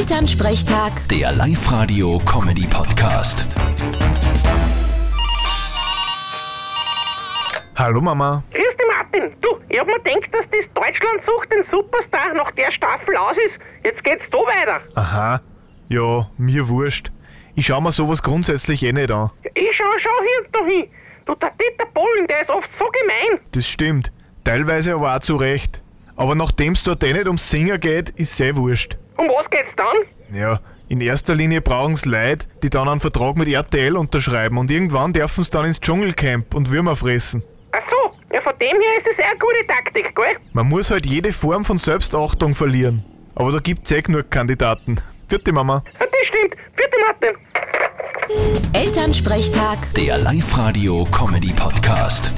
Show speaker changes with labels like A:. A: Elternsprechtag,
B: Der Live-Radio-Comedy-Podcast.
C: Hallo Mama.
D: Grüß dich, Martin. Du, ich hab mir gedacht, dass das Deutschland sucht den Superstar nach der Staffel aus ist. Jetzt geht's da weiter.
C: Aha. Ja, mir wurscht. Ich schau mir sowas grundsätzlich eh nicht an.
D: Ich schau schon hier und dahin. Du, der Dieter Bollen, der ist oft so gemein.
C: Das stimmt. Teilweise aber auch zu Recht. Aber nachdem es dort eh nicht ums Singer geht, ist sehr wurscht.
D: Um was geht's dann?
C: Ja, in erster Linie brauchen's Leute, die dann einen Vertrag mit RTL unterschreiben und irgendwann dürfen's dann ins Dschungelcamp und Würmer fressen.
D: Ach so, ja, von dem her ist das eher eine gute Taktik, gell?
C: Man muss halt jede Form von Selbstachtung verlieren. Aber da gibt's eh genug Kandidaten. Vierte Mama.
D: Ja, das stimmt. Bitte, Martin.
A: Elternsprechtag.
B: Der Live-Radio-Comedy-Podcast.